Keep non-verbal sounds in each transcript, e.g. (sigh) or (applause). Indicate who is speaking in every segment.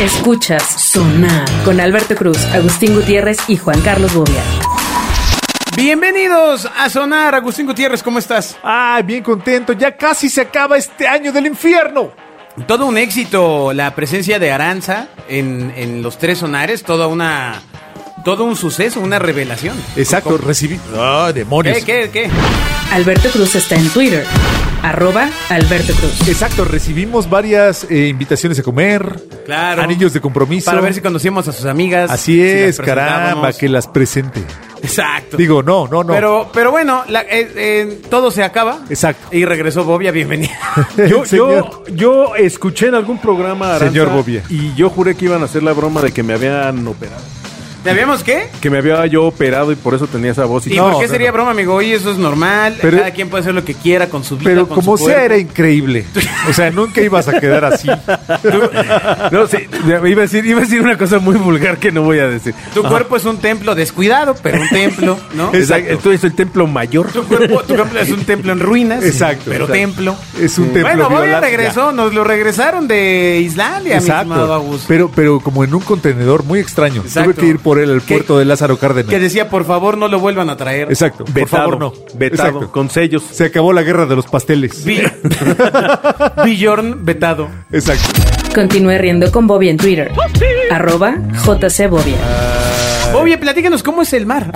Speaker 1: Escuchas Sonar con Alberto Cruz, Agustín Gutiérrez y Juan Carlos Bobia.
Speaker 2: Bienvenidos a Sonar, Agustín Gutiérrez, ¿cómo estás?
Speaker 3: Ay, Ah, bien contento, ya casi se acaba este año del infierno.
Speaker 2: Todo un éxito la presencia de Aranza en, en los tres sonares, toda una. Todo un suceso, una revelación.
Speaker 3: Exacto, recibí. ¡Ah, demonios!
Speaker 2: ¿Qué, qué, qué?
Speaker 1: Alberto Cruz está en Twitter, arroba Alberto Cruz.
Speaker 3: Exacto, recibimos varias eh, invitaciones a comer,
Speaker 2: Claro.
Speaker 3: anillos de compromiso.
Speaker 2: Para ver si conocíamos a sus amigas.
Speaker 3: Así
Speaker 2: si las
Speaker 3: es, caramba,
Speaker 2: presentábamos.
Speaker 3: que las presente.
Speaker 2: Exacto.
Speaker 3: Digo, no, no, no.
Speaker 2: Pero, pero bueno, la- eh, eh, todo se acaba.
Speaker 3: (laughs) Exacto.
Speaker 2: Y regresó Bobia, bienvenida.
Speaker 3: (laughs) El
Speaker 4: Yo,
Speaker 3: señor-
Speaker 4: yo, yo escuché en algún programa Aranza,
Speaker 3: Señor Bobia.
Speaker 4: y yo juré que iban a hacer la broma de que me habían operado.
Speaker 2: ¿Te habíamos qué?
Speaker 4: Que me había yo operado y por eso tenía esa voz.
Speaker 2: ¿Y
Speaker 3: No,
Speaker 2: por qué
Speaker 3: no,
Speaker 2: sería
Speaker 3: no.
Speaker 2: broma, amigo? Oye, eso es normal.
Speaker 3: Pero-
Speaker 2: Cada quien puede hacer lo que quiera con su vida.
Speaker 3: Pero
Speaker 2: con su
Speaker 3: como sea,
Speaker 2: cuerpo.
Speaker 3: era increíble. O sea, nunca ibas a quedar (laughs) así.
Speaker 4: No, sí, iba a, decir, iba a decir una cosa muy vulgar que no voy a decir.
Speaker 2: Tu cuerpo es un templo descuidado, pero un templo,
Speaker 3: (laughs)
Speaker 2: ¿no?
Speaker 4: Exacto. Esto es el templo mayor.
Speaker 2: Tu cuerpo, tu cuerpo es un templo en ruinas.
Speaker 3: Exacto.
Speaker 2: Pero
Speaker 3: Exacto.
Speaker 2: templo.
Speaker 3: Es un templo
Speaker 2: Bueno, Bobia
Speaker 3: violado,
Speaker 2: regresó, nos lo regresaron de Islandia, mi estimado
Speaker 3: Exacto.
Speaker 2: Agus.
Speaker 3: Pero, pero como en un contenedor muy extraño.
Speaker 2: Exacto.
Speaker 3: Tuve que ir por él al
Speaker 2: Que-
Speaker 3: puerto de Lázaro Cárdenas.
Speaker 2: Que decía, por favor, no lo vuelvan a traer.
Speaker 3: Exacto. por
Speaker 4: Vetado,
Speaker 3: favor, no.
Speaker 4: vetado,
Speaker 3: Exacto.
Speaker 4: con sellos.
Speaker 3: Se acabó la guerra de los pasteles.
Speaker 2: Vi- (laughs) Bjorn vetado.
Speaker 3: Exacto.
Speaker 1: Continúe riendo con Bobia en Twitter, arroba JC Bobia.
Speaker 2: Bobia, platícanos cómo es el
Speaker 3: (laughs)
Speaker 2: mar.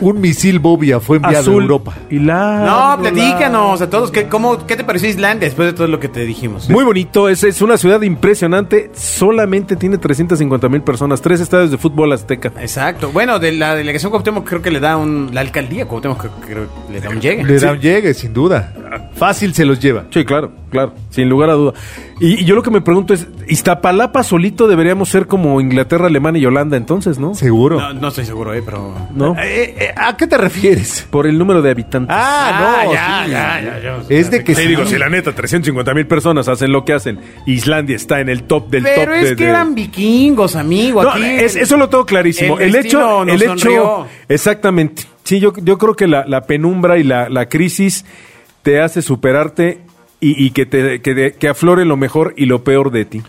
Speaker 3: Un misil Bobia fue enviado a Europa.
Speaker 4: Y la,
Speaker 2: No, platícanos a todos. ¿qué, cómo, ¿Qué te pareció Islandia después de todo lo que te dijimos?
Speaker 4: Muy bonito, es, es una ciudad impresionante. Solamente tiene 350 mil personas, tres estadios de fútbol azteca.
Speaker 2: Exacto. Bueno, de la delegación Cuauhtémoc creo que le da un... La alcaldía Cuauhtémoc creo, creo que le da un llegue.
Speaker 3: Le da un llegue, sin duda. Fácil se los lleva.
Speaker 4: Sí, claro, claro, sin lugar a duda. Y, y yo lo que me pregunto es, Iztapalapa solito deberíamos ser como Inglaterra, Alemania y Holanda entonces, ¿no?
Speaker 3: Seguro.
Speaker 2: No, no estoy seguro, eh, pero...
Speaker 4: ¿No?
Speaker 3: Eh, eh, ¿A qué te refieres?
Speaker 4: Por el número de habitantes.
Speaker 3: Ah, no.
Speaker 2: ya,
Speaker 3: sí.
Speaker 2: ya, ya, ya.
Speaker 3: Es de que
Speaker 4: Sí,
Speaker 3: sí.
Speaker 4: digo, si la neta, 350 mil personas hacen lo que hacen. Islandia está en el top del top
Speaker 2: Pero es
Speaker 4: de-
Speaker 2: que
Speaker 4: de-
Speaker 2: eran vikingos, amigo.
Speaker 4: No,
Speaker 2: aquí
Speaker 4: es- eso lo tengo clarísimo.
Speaker 2: el
Speaker 4: El, hecho,
Speaker 2: destino nos
Speaker 4: el hecho,
Speaker 2: sonrió.
Speaker 4: exactamente. Sí, yo, yo creo que la, la penumbra y la, la crisis te hace superarte y, y que te que, de- que aflore lo mejor y lo peor de ti.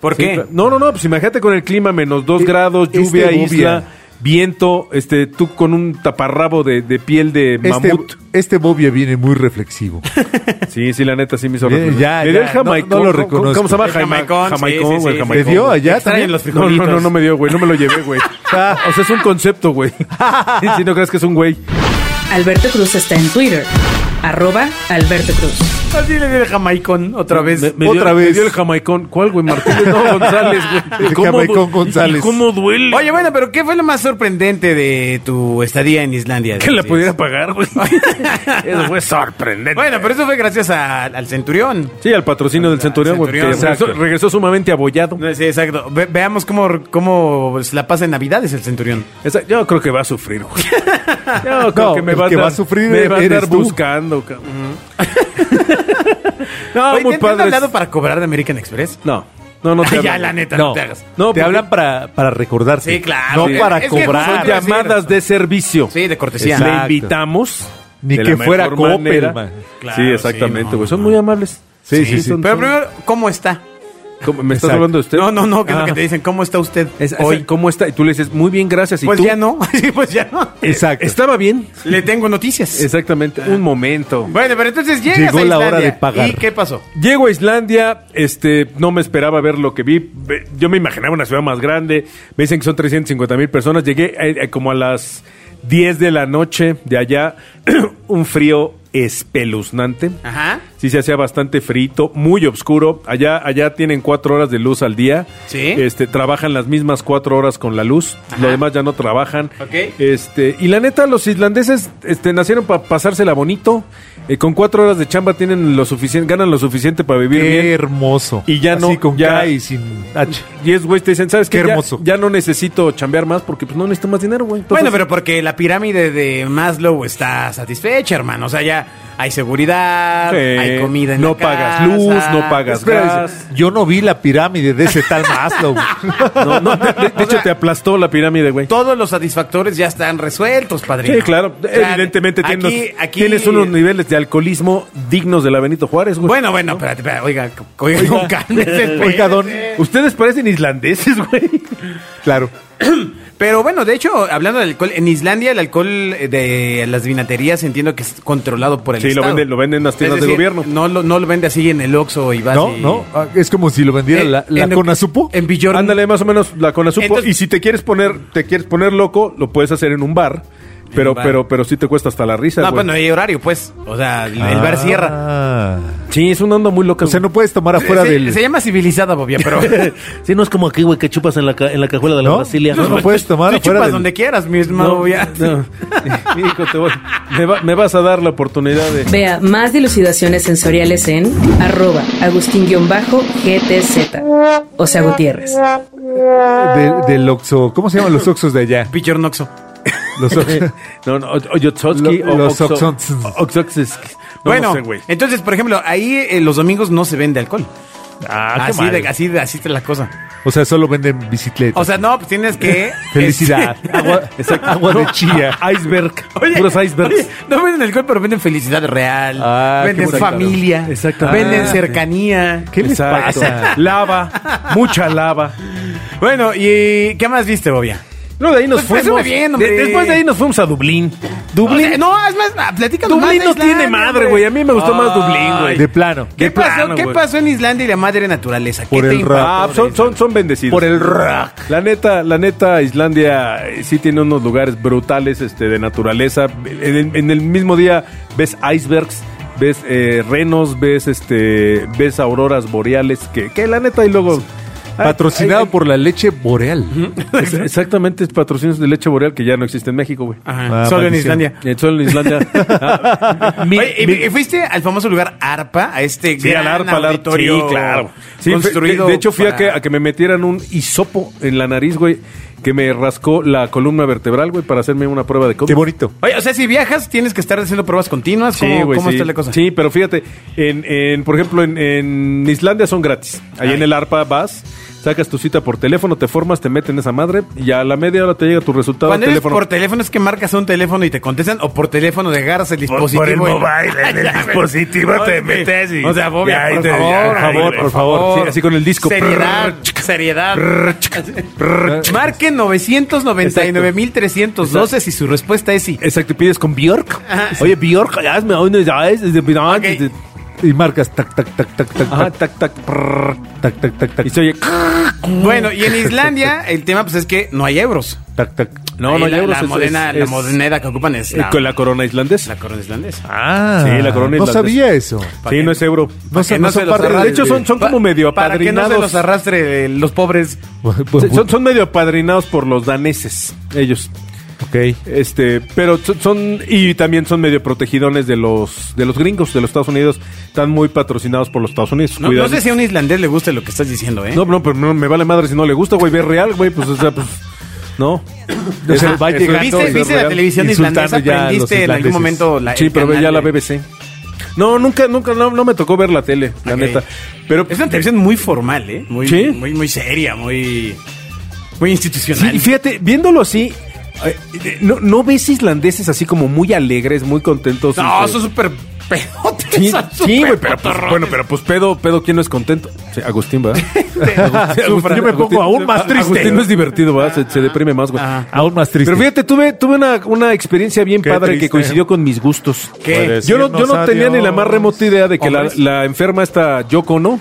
Speaker 2: ¿Por
Speaker 4: Sí,
Speaker 2: qué?
Speaker 4: claro. No, no, no, pues imagínate con el clima, menos dos
Speaker 3: Eh,
Speaker 4: grados,
Speaker 3: este
Speaker 4: lluvia,
Speaker 3: Bobia.
Speaker 4: isla, viento, este, tú con un taparrabo de, de piel de
Speaker 3: Este,
Speaker 4: mamut.
Speaker 3: este Bobia viene muy reflexivo.
Speaker 4: Sí, sí, la neta, sí me hizo
Speaker 3: Ya,
Speaker 4: reflexionar.
Speaker 3: ya,
Speaker 4: Le
Speaker 3: ya,
Speaker 4: dio el
Speaker 3: no-
Speaker 4: jamaicón,
Speaker 3: no lo
Speaker 4: ¿cómo-
Speaker 3: reconozco.
Speaker 4: ¿Cómo se llama?
Speaker 2: El
Speaker 4: Jama-
Speaker 2: jamaicón, sí,
Speaker 4: Jamaicón,
Speaker 2: sí,
Speaker 4: güey, el
Speaker 2: sí.
Speaker 4: jamaicón.
Speaker 3: ¿Te dio
Speaker 4: güey.
Speaker 3: allá
Speaker 2: Extrañen
Speaker 3: también?
Speaker 2: los frijoles.
Speaker 4: No, no, no,
Speaker 2: Frijolitos.
Speaker 4: no me dio, güey, no me lo llevé, (laughs) güey. O sea, es un concepto, (laughs) güey. Sí, Si no crees que es un güey.
Speaker 1: Alberto Cruz está en Twitter, arroba Alberto Cruz.
Speaker 2: Así le dio el jamaicón otra vez.
Speaker 4: Me- me
Speaker 3: otra
Speaker 4: dio,
Speaker 3: vez.
Speaker 4: Me dio el jamaicón. ¿Cuál, güey? Martínez, no, González, (laughs) güey.
Speaker 3: El
Speaker 4: ¿Cómo
Speaker 3: jamaicón
Speaker 4: du-
Speaker 3: González.
Speaker 4: ¿Y cómo duele?
Speaker 2: Oye, bueno, pero ¿qué fue lo más sorprendente de tu estadía en Islandia?
Speaker 4: que la
Speaker 2: Sí. (laughs)
Speaker 4: pudiera pagar, güey. Eso fue sorprendente.
Speaker 2: Bueno, pero eso fue gracias a- al centurión.
Speaker 4: Sí, al patrocinio del Centurión, güey.
Speaker 2: Centurión,
Speaker 4: que Regresó,
Speaker 2: exacto.
Speaker 4: regresó sumamente abollado.
Speaker 2: No, sí, exacto. Ve- veamos cómo, cómo se la pasa en Navidades el centurión.
Speaker 4: Esa- yo creo que va a sufrir, güey. Yo creo
Speaker 3: No,
Speaker 4: que me
Speaker 3: el
Speaker 4: va a
Speaker 3: que
Speaker 4: andar,
Speaker 3: va a sufrir
Speaker 4: me va a
Speaker 3: eres
Speaker 4: andar
Speaker 3: tú.
Speaker 4: buscando, cabrón. no,
Speaker 2: Oye,
Speaker 4: Ah, muy
Speaker 2: ¿te- te han
Speaker 4: padre.
Speaker 2: hablado para cobrar de American Express?
Speaker 4: No, no, no te
Speaker 2: Ya,
Speaker 4: hablan.
Speaker 2: la neta, no te hagas.
Speaker 4: No,
Speaker 3: te
Speaker 4: porque
Speaker 3: hablan para, para recordarte.
Speaker 2: Sí, claro.
Speaker 3: No
Speaker 2: Sí.
Speaker 3: para
Speaker 2: Es que justo
Speaker 3: cobrar.
Speaker 2: te iba a decir.
Speaker 4: llamadas de servicio.
Speaker 2: Sí, de cortesía.
Speaker 4: Le
Speaker 3: Exacto.
Speaker 4: invitamos.
Speaker 3: Ni
Speaker 4: de
Speaker 3: que
Speaker 4: la
Speaker 3: fuera
Speaker 4: mejor
Speaker 3: Coppel,
Speaker 4: manera.
Speaker 3: man.
Speaker 2: Claro,
Speaker 4: sí, exactamente,
Speaker 2: sí, no,
Speaker 4: güey. Son
Speaker 2: no.
Speaker 4: muy amables.
Speaker 3: Sí, sí, sí.
Speaker 4: son-
Speaker 2: Pero
Speaker 4: son-
Speaker 2: primero, ¿cómo está?
Speaker 4: ¿Cómo- ¿Me estás
Speaker 3: Exacto.
Speaker 4: hablando de usted?
Speaker 2: No, no, no, que es lo
Speaker 4: Ah.
Speaker 2: que te dicen, ¿cómo está usted
Speaker 4: Es- es-
Speaker 2: hoy?
Speaker 4: ¿Cómo está? Y tú le dices, muy bien, gracias. ¿Y
Speaker 2: Pues
Speaker 4: tú?
Speaker 2: ya no, (laughs) sí, pues ya no.
Speaker 3: Exacto.
Speaker 4: Estaba bien.
Speaker 2: Le tengo noticias.
Speaker 4: Exactamente. Un momento.
Speaker 2: Bueno, pero entonces llegas
Speaker 3: Llegó
Speaker 2: a
Speaker 3: la
Speaker 2: Islandia.
Speaker 3: hora de pagar.
Speaker 2: ¿Y qué pasó?
Speaker 4: Llego a Islandia, este, no me esperaba ver lo que vi. Ve- Yo me imaginaba una ciudad más grande. Me dicen que son 350 mil personas. Llegué eh, eh, como a las 10 de la noche de allá. (clears throat) un frío espeluznante.
Speaker 2: Ajá.
Speaker 4: Sí se hacía bastante frito, muy oscuro. Allá, allá tienen cuatro horas de luz al día.
Speaker 2: Sí.
Speaker 4: Este, trabajan las mismas cuatro horas con la luz.
Speaker 2: Ajá.
Speaker 4: Lo demás ya no trabajan.
Speaker 2: Ok.
Speaker 4: Este, y la neta, los islandeses este, nacieron para pasársela bonito. Eh, con cuatro horas de chamba tienen lo suficiente, ganan lo suficiente para vivir
Speaker 3: Qué
Speaker 4: bien.
Speaker 3: hermoso.
Speaker 4: Y ya no,
Speaker 3: Así con
Speaker 4: ya-
Speaker 3: K y sin H.
Speaker 4: Y es, güey, te dicen, ¿sabes qué?
Speaker 3: Qué
Speaker 4: Ya-
Speaker 3: hermoso.
Speaker 4: Ya, no necesito chambear más porque pues, no necesito más dinero, güey. Entonces-
Speaker 2: bueno, pero porque la pirámide de Maslow está satisfecha, hermano. O sea, ya hay seguridad,
Speaker 4: Sí.
Speaker 2: hay comida en
Speaker 4: No
Speaker 2: la casa.
Speaker 4: pagas luz, no pagas
Speaker 3: Espera,
Speaker 4: gas.
Speaker 3: yo no vi la pirámide de ese tal
Speaker 4: (laughs)
Speaker 3: Maslow.
Speaker 4: No, no, de,
Speaker 2: (laughs)
Speaker 4: de- de hecho, te aplastó la pirámide, güey.
Speaker 2: Todos los satisfactores ya están resueltos, padrino.
Speaker 4: Sí, claro.
Speaker 2: O sea,
Speaker 4: Evidentemente tienes,
Speaker 2: aquí- aquí-
Speaker 4: tienes unos niveles de alcoholismo dignos de la Benito Juárez, (laughs) güey.
Speaker 2: Bueno, bueno, espérate, espérate, oiga, oiga, con calma, eh.
Speaker 3: Oiga, don.
Speaker 4: Ustedes parecen islandeses, güey.
Speaker 3: Claro.
Speaker 2: Pero bueno, de hecho, hablando del alcohol, en Islandia el alcohol eh, de las vinaterías entiendo que es controlado por el
Speaker 4: Sí, lo
Speaker 2: Estado.
Speaker 4: venden- lo venden en las
Speaker 2: Es
Speaker 4: tiendas de
Speaker 2: decir,
Speaker 4: gobierno.
Speaker 2: No lo, no lo vende así en el Oxxo y vas
Speaker 3: No,
Speaker 2: y-
Speaker 3: no. ah, Es como si lo vendiera
Speaker 2: Eh,
Speaker 3: la, la
Speaker 2: en-
Speaker 3: Conasupo.
Speaker 2: En Villor...
Speaker 4: Ándale, más o menos la con azupo.
Speaker 2: Entonces-
Speaker 4: y si te quieres poner, te quieres poner loco, lo puedes hacer en un bar. Pero,
Speaker 2: un bar.
Speaker 4: pero, pero sí te cuesta hasta la risa,
Speaker 2: No,
Speaker 4: güey.
Speaker 2: pues no hay horario, pues. O sea, el, el bar cierra.
Speaker 3: Ah.
Speaker 4: Sí, es una onda muy loca.
Speaker 3: O sea, no puedes tomar afuera
Speaker 2: se,
Speaker 3: del.
Speaker 2: se llama civilizada, Bobia,
Speaker 4: (laughs)
Speaker 2: pero...
Speaker 5: Sí, no es como aquí, güey, que chupas en la, ca- en la cajuela de la
Speaker 3: ¿No?
Speaker 5: Brasilia.
Speaker 3: No, no puedes tomar
Speaker 2: Tú
Speaker 3: afuera
Speaker 2: chupas
Speaker 3: del-
Speaker 2: donde quieras, misma Bobia.
Speaker 4: no. (laughs) Hijo, te voy- me, va- me vas a dar la oportunidad de...
Speaker 1: Vea más dilucidaciones sensoriales en arroba agustín-gtz. O sea, Gutiérrez.
Speaker 3: de- del Oxxo. ¿Cómo se llaman los Oxxos de allá?
Speaker 2: Pichornoxo.
Speaker 3: Los Oxxos.
Speaker 4: No, no, o- Oyotsotsky
Speaker 3: Lo-
Speaker 4: o
Speaker 3: los
Speaker 4: Oxo-
Speaker 3: Oxons.
Speaker 4: Oxoxis- No,
Speaker 2: bueno,
Speaker 4: no sé, güey.
Speaker 2: entonces, por ejemplo, ahí eh, los domingos no se vende alcohol.
Speaker 4: Ah, qué
Speaker 2: así,
Speaker 4: mal.
Speaker 2: de, así, de- así está la cosa.
Speaker 3: O sea, solo venden bicicletas.
Speaker 2: O sea, no, pues tienes
Speaker 4: (laughs)
Speaker 2: que...
Speaker 3: Felicidad. Agua,
Speaker 4: Exacto.
Speaker 3: agua de
Speaker 4: No,
Speaker 3: chía.
Speaker 4: Iceberg.
Speaker 2: este, (laughs) Oye,
Speaker 4: puros icebergs.
Speaker 2: oye, no venden alcohol, pero venden felicidad real.
Speaker 4: Ah, qué
Speaker 2: venden
Speaker 4: bonito.
Speaker 2: familia.
Speaker 4: Exactamente.
Speaker 2: Venden
Speaker 4: Ah,
Speaker 2: cercanía.
Speaker 3: ¿Qué les
Speaker 2: (laughs)
Speaker 4: Exacto.
Speaker 3: pasa?
Speaker 4: Lava, mucha lava.
Speaker 2: Bueno, ¿y qué más viste, Bobia?
Speaker 4: No, de ahí nos
Speaker 2: Pues, presume
Speaker 4: fuimos.
Speaker 2: bien, hombre.
Speaker 4: de- después de ahí nos fuimos a Dublín.
Speaker 2: O sea, no, es más, ah, platícanos más
Speaker 4: Dublín
Speaker 2: de
Speaker 4: no
Speaker 2: Islandia,
Speaker 4: tiene madre,
Speaker 2: hombre.
Speaker 4: güey. A mí me gustó más
Speaker 2: Ay.
Speaker 4: Dublín, güey.
Speaker 3: Ah, De plano.
Speaker 2: ¿Qué,
Speaker 4: de
Speaker 2: pasó,
Speaker 4: plano,
Speaker 2: ¿qué
Speaker 4: güey.
Speaker 2: pasó en Islandia y la madre naturaleza? ¿Qué
Speaker 3: Por
Speaker 2: te
Speaker 3: el
Speaker 2: impactó
Speaker 4: Ah,
Speaker 2: de
Speaker 4: son,
Speaker 2: Islandia?
Speaker 4: son, son bendecidos.
Speaker 3: Por el rock.
Speaker 4: La neta, la neta, Islandia eh, sí tiene unos lugares brutales este, de naturaleza. En el, en el mismo día ves icebergs, ves eh, renos, ves este, ves auroras boreales, que, que la neta y luego... Ay,
Speaker 3: Patrocinado
Speaker 4: ay,
Speaker 3: por la leche boreal.
Speaker 2: (laughs)
Speaker 4: Es- exactamente, es patrocinios de leche boreal que ya no existe en México, güey.
Speaker 2: Ajá,
Speaker 3: Ah,
Speaker 2: solo en
Speaker 3: maldición.
Speaker 2: Islandia.
Speaker 4: Eh, Solo en Islandia.
Speaker 2: (laughs)
Speaker 4: Ah, mi-
Speaker 2: Oye, ¿y-
Speaker 4: mi-
Speaker 2: y ¿Fuiste al famoso lugar ARPA? A este
Speaker 4: Sí, al
Speaker 2: gran
Speaker 4: arpa, al arpa. Sí,
Speaker 2: auditorio
Speaker 4: claro. Sí, fe-
Speaker 2: construido
Speaker 4: de, de hecho, fui
Speaker 2: para-
Speaker 4: a, que, a que me metieran un hisopo en la nariz, güey, que me rascó la columna vertebral, güey, para hacerme una prueba de COVID.
Speaker 3: Qué bonito.
Speaker 2: Oye, o sea, si viajas, tienes que estar haciendo pruebas continuas.
Speaker 4: Sí,
Speaker 2: ¿Cómo,
Speaker 4: güey,
Speaker 2: cómo
Speaker 4: sí.
Speaker 2: está la cosa?
Speaker 4: Sí, pero fíjate, en, en, por ejemplo, en, en Islandia son gratis. Ahí en el ARPA vas, sacas tu cita por teléfono, te formas, te meten esa madre y a la media hora te llega tu resultado al
Speaker 2: Cuando eres
Speaker 4: teléfono.
Speaker 2: por teléfono es que marcas un teléfono y te contestan o por teléfono dejaras el dispositivo.
Speaker 6: por el
Speaker 2: en-
Speaker 6: mobile,
Speaker 2: (laughs)
Speaker 6: en el dispositivo
Speaker 2: No,
Speaker 6: te
Speaker 2: es que-
Speaker 6: metes y-
Speaker 2: O sea, Bobia,
Speaker 6: Ya, ahí
Speaker 2: por,
Speaker 6: te- ya,
Speaker 2: favor,
Speaker 4: por favor,
Speaker 2: hombre,
Speaker 4: por favor. Sí, así con el disco.
Speaker 2: Seriedad, seriedad.
Speaker 4: Ah,
Speaker 2: Marque 999.312 si su respuesta es sí.
Speaker 4: Exacto, y pides con Bjork. Oye, Bjork, hazme una desde
Speaker 3: Y marcas tac, tac, tac, tac, tac,
Speaker 4: Ajá,
Speaker 3: tac,
Speaker 4: tac, tac, prrr,
Speaker 3: tac, tac, tac, tac,
Speaker 4: Y se oye.
Speaker 2: Bueno, y
Speaker 4: (laughs)
Speaker 2: en Islandia el tema pues es que no hay euros.
Speaker 3: tac, tac.
Speaker 4: No,
Speaker 2: Ahí
Speaker 4: no,
Speaker 2: la,
Speaker 4: ya euros
Speaker 2: la
Speaker 4: es-
Speaker 2: moneda,
Speaker 4: es-
Speaker 2: la
Speaker 4: es-
Speaker 2: moneda que ocupan es
Speaker 4: eh,
Speaker 2: la,
Speaker 4: Con la corona islandesa.
Speaker 2: la corona islandesa.
Speaker 3: Ah,
Speaker 4: Sí, la corona
Speaker 3: No
Speaker 4: islandesa.
Speaker 3: sabía eso.
Speaker 4: Sí, no es euro.
Speaker 3: No
Speaker 2: que
Speaker 3: sé, no
Speaker 2: no se
Speaker 3: son
Speaker 2: los
Speaker 3: parte
Speaker 2: arrastre.
Speaker 4: De hecho, son, son como medio
Speaker 2: Para que no se
Speaker 4: apadrinados.
Speaker 2: los arrastre eh, los pobres.
Speaker 3: Pues,
Speaker 4: Sí, Son, son medio apadrinados por los daneses, ellos.
Speaker 3: Ok.
Speaker 4: Este, pero son- son y también son medio protegidones de los de los gringos de los Estados Unidos, están muy patrocinados por los Estados Unidos.
Speaker 2: No, no
Speaker 4: Cuidado.
Speaker 2: sé si a un islandés le guste lo que estás diciendo, ¿eh?
Speaker 4: No, no, pero no, me vale madre si no le gusta, güey, ve real, güey, pues o sea, pues
Speaker 3: O
Speaker 4: no.
Speaker 3: sea, va llegando
Speaker 2: ¿Viste,
Speaker 3: y
Speaker 2: viste la
Speaker 3: real,
Speaker 2: televisión
Speaker 3: insultando
Speaker 2: islandesa?
Speaker 3: ya a los
Speaker 2: ¿Aprendiste en algún
Speaker 3: islandeses.
Speaker 2: momento la
Speaker 4: sí,
Speaker 2: el
Speaker 4: pero ve
Speaker 2: canal
Speaker 4: ya la
Speaker 2: de-
Speaker 4: BBC. No, nunca, nunca, no, no me tocó ver la tele, la
Speaker 2: Ok.
Speaker 4: neta. Pero
Speaker 2: Es una televisión muy formal, ¿eh? Muy,
Speaker 4: Sí.
Speaker 2: muy, muy seria, muy, muy
Speaker 4: Sí,
Speaker 2: institucional.
Speaker 4: y fíjate, viéndolo así, eh, eh, no, no ves islandeses así como muy alegres, muy contentos.
Speaker 2: no,
Speaker 4: este,
Speaker 2: son súper pedotes.
Speaker 4: Sí,
Speaker 2: son
Speaker 4: sí,
Speaker 2: súper
Speaker 4: güey, pero pues,
Speaker 2: cotorrones.
Speaker 4: bueno, pero pues pedo, pedo, ¿quién no es contento? Sí, Agustín,
Speaker 3: (laughs)
Speaker 4: ¿verdad?
Speaker 3: Yo me pongo aún más triste. Ah,
Speaker 4: Agustín no es divertido, ¿verdad? Se, se deprime más, güey.
Speaker 2: Ajá.
Speaker 3: Aún más triste.
Speaker 4: Pero fíjate, tuve, tuve una, una experiencia bien
Speaker 3: Qué
Speaker 4: padre
Speaker 3: triste.
Speaker 4: que coincidió con mis gustos.
Speaker 2: ¿Qué?
Speaker 4: Yo no, yo no
Speaker 3: Decirnos
Speaker 4: tenía ni la más
Speaker 3: adiós.
Speaker 4: remota idea de que la,
Speaker 2: Hombres.
Speaker 4: la enferma esta Yoko no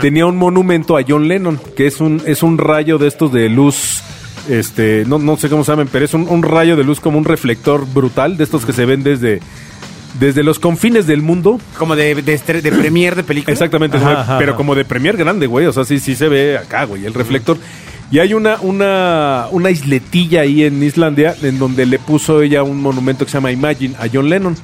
Speaker 4: tenía un monumento a John Lennon, que es un, es un rayo de estos de luz. Este, no, no sé cómo se llaman, pero es un, un rayo de luz como un reflector brutal de estos que se ven desde, desde los confines del mundo.
Speaker 2: Como de, de, estre- de premier de película.
Speaker 4: Exactamente,
Speaker 3: Ajá,
Speaker 4: güey,
Speaker 3: ajá,
Speaker 4: pero
Speaker 3: ajá.
Speaker 4: como de premier grande, güey. O sea, sí, sí se ve acá, güey, el reflector. Y hay una, una, una isletilla ahí en Islandia en donde le puso ella un monumento que se llama Imagine a John Lennon.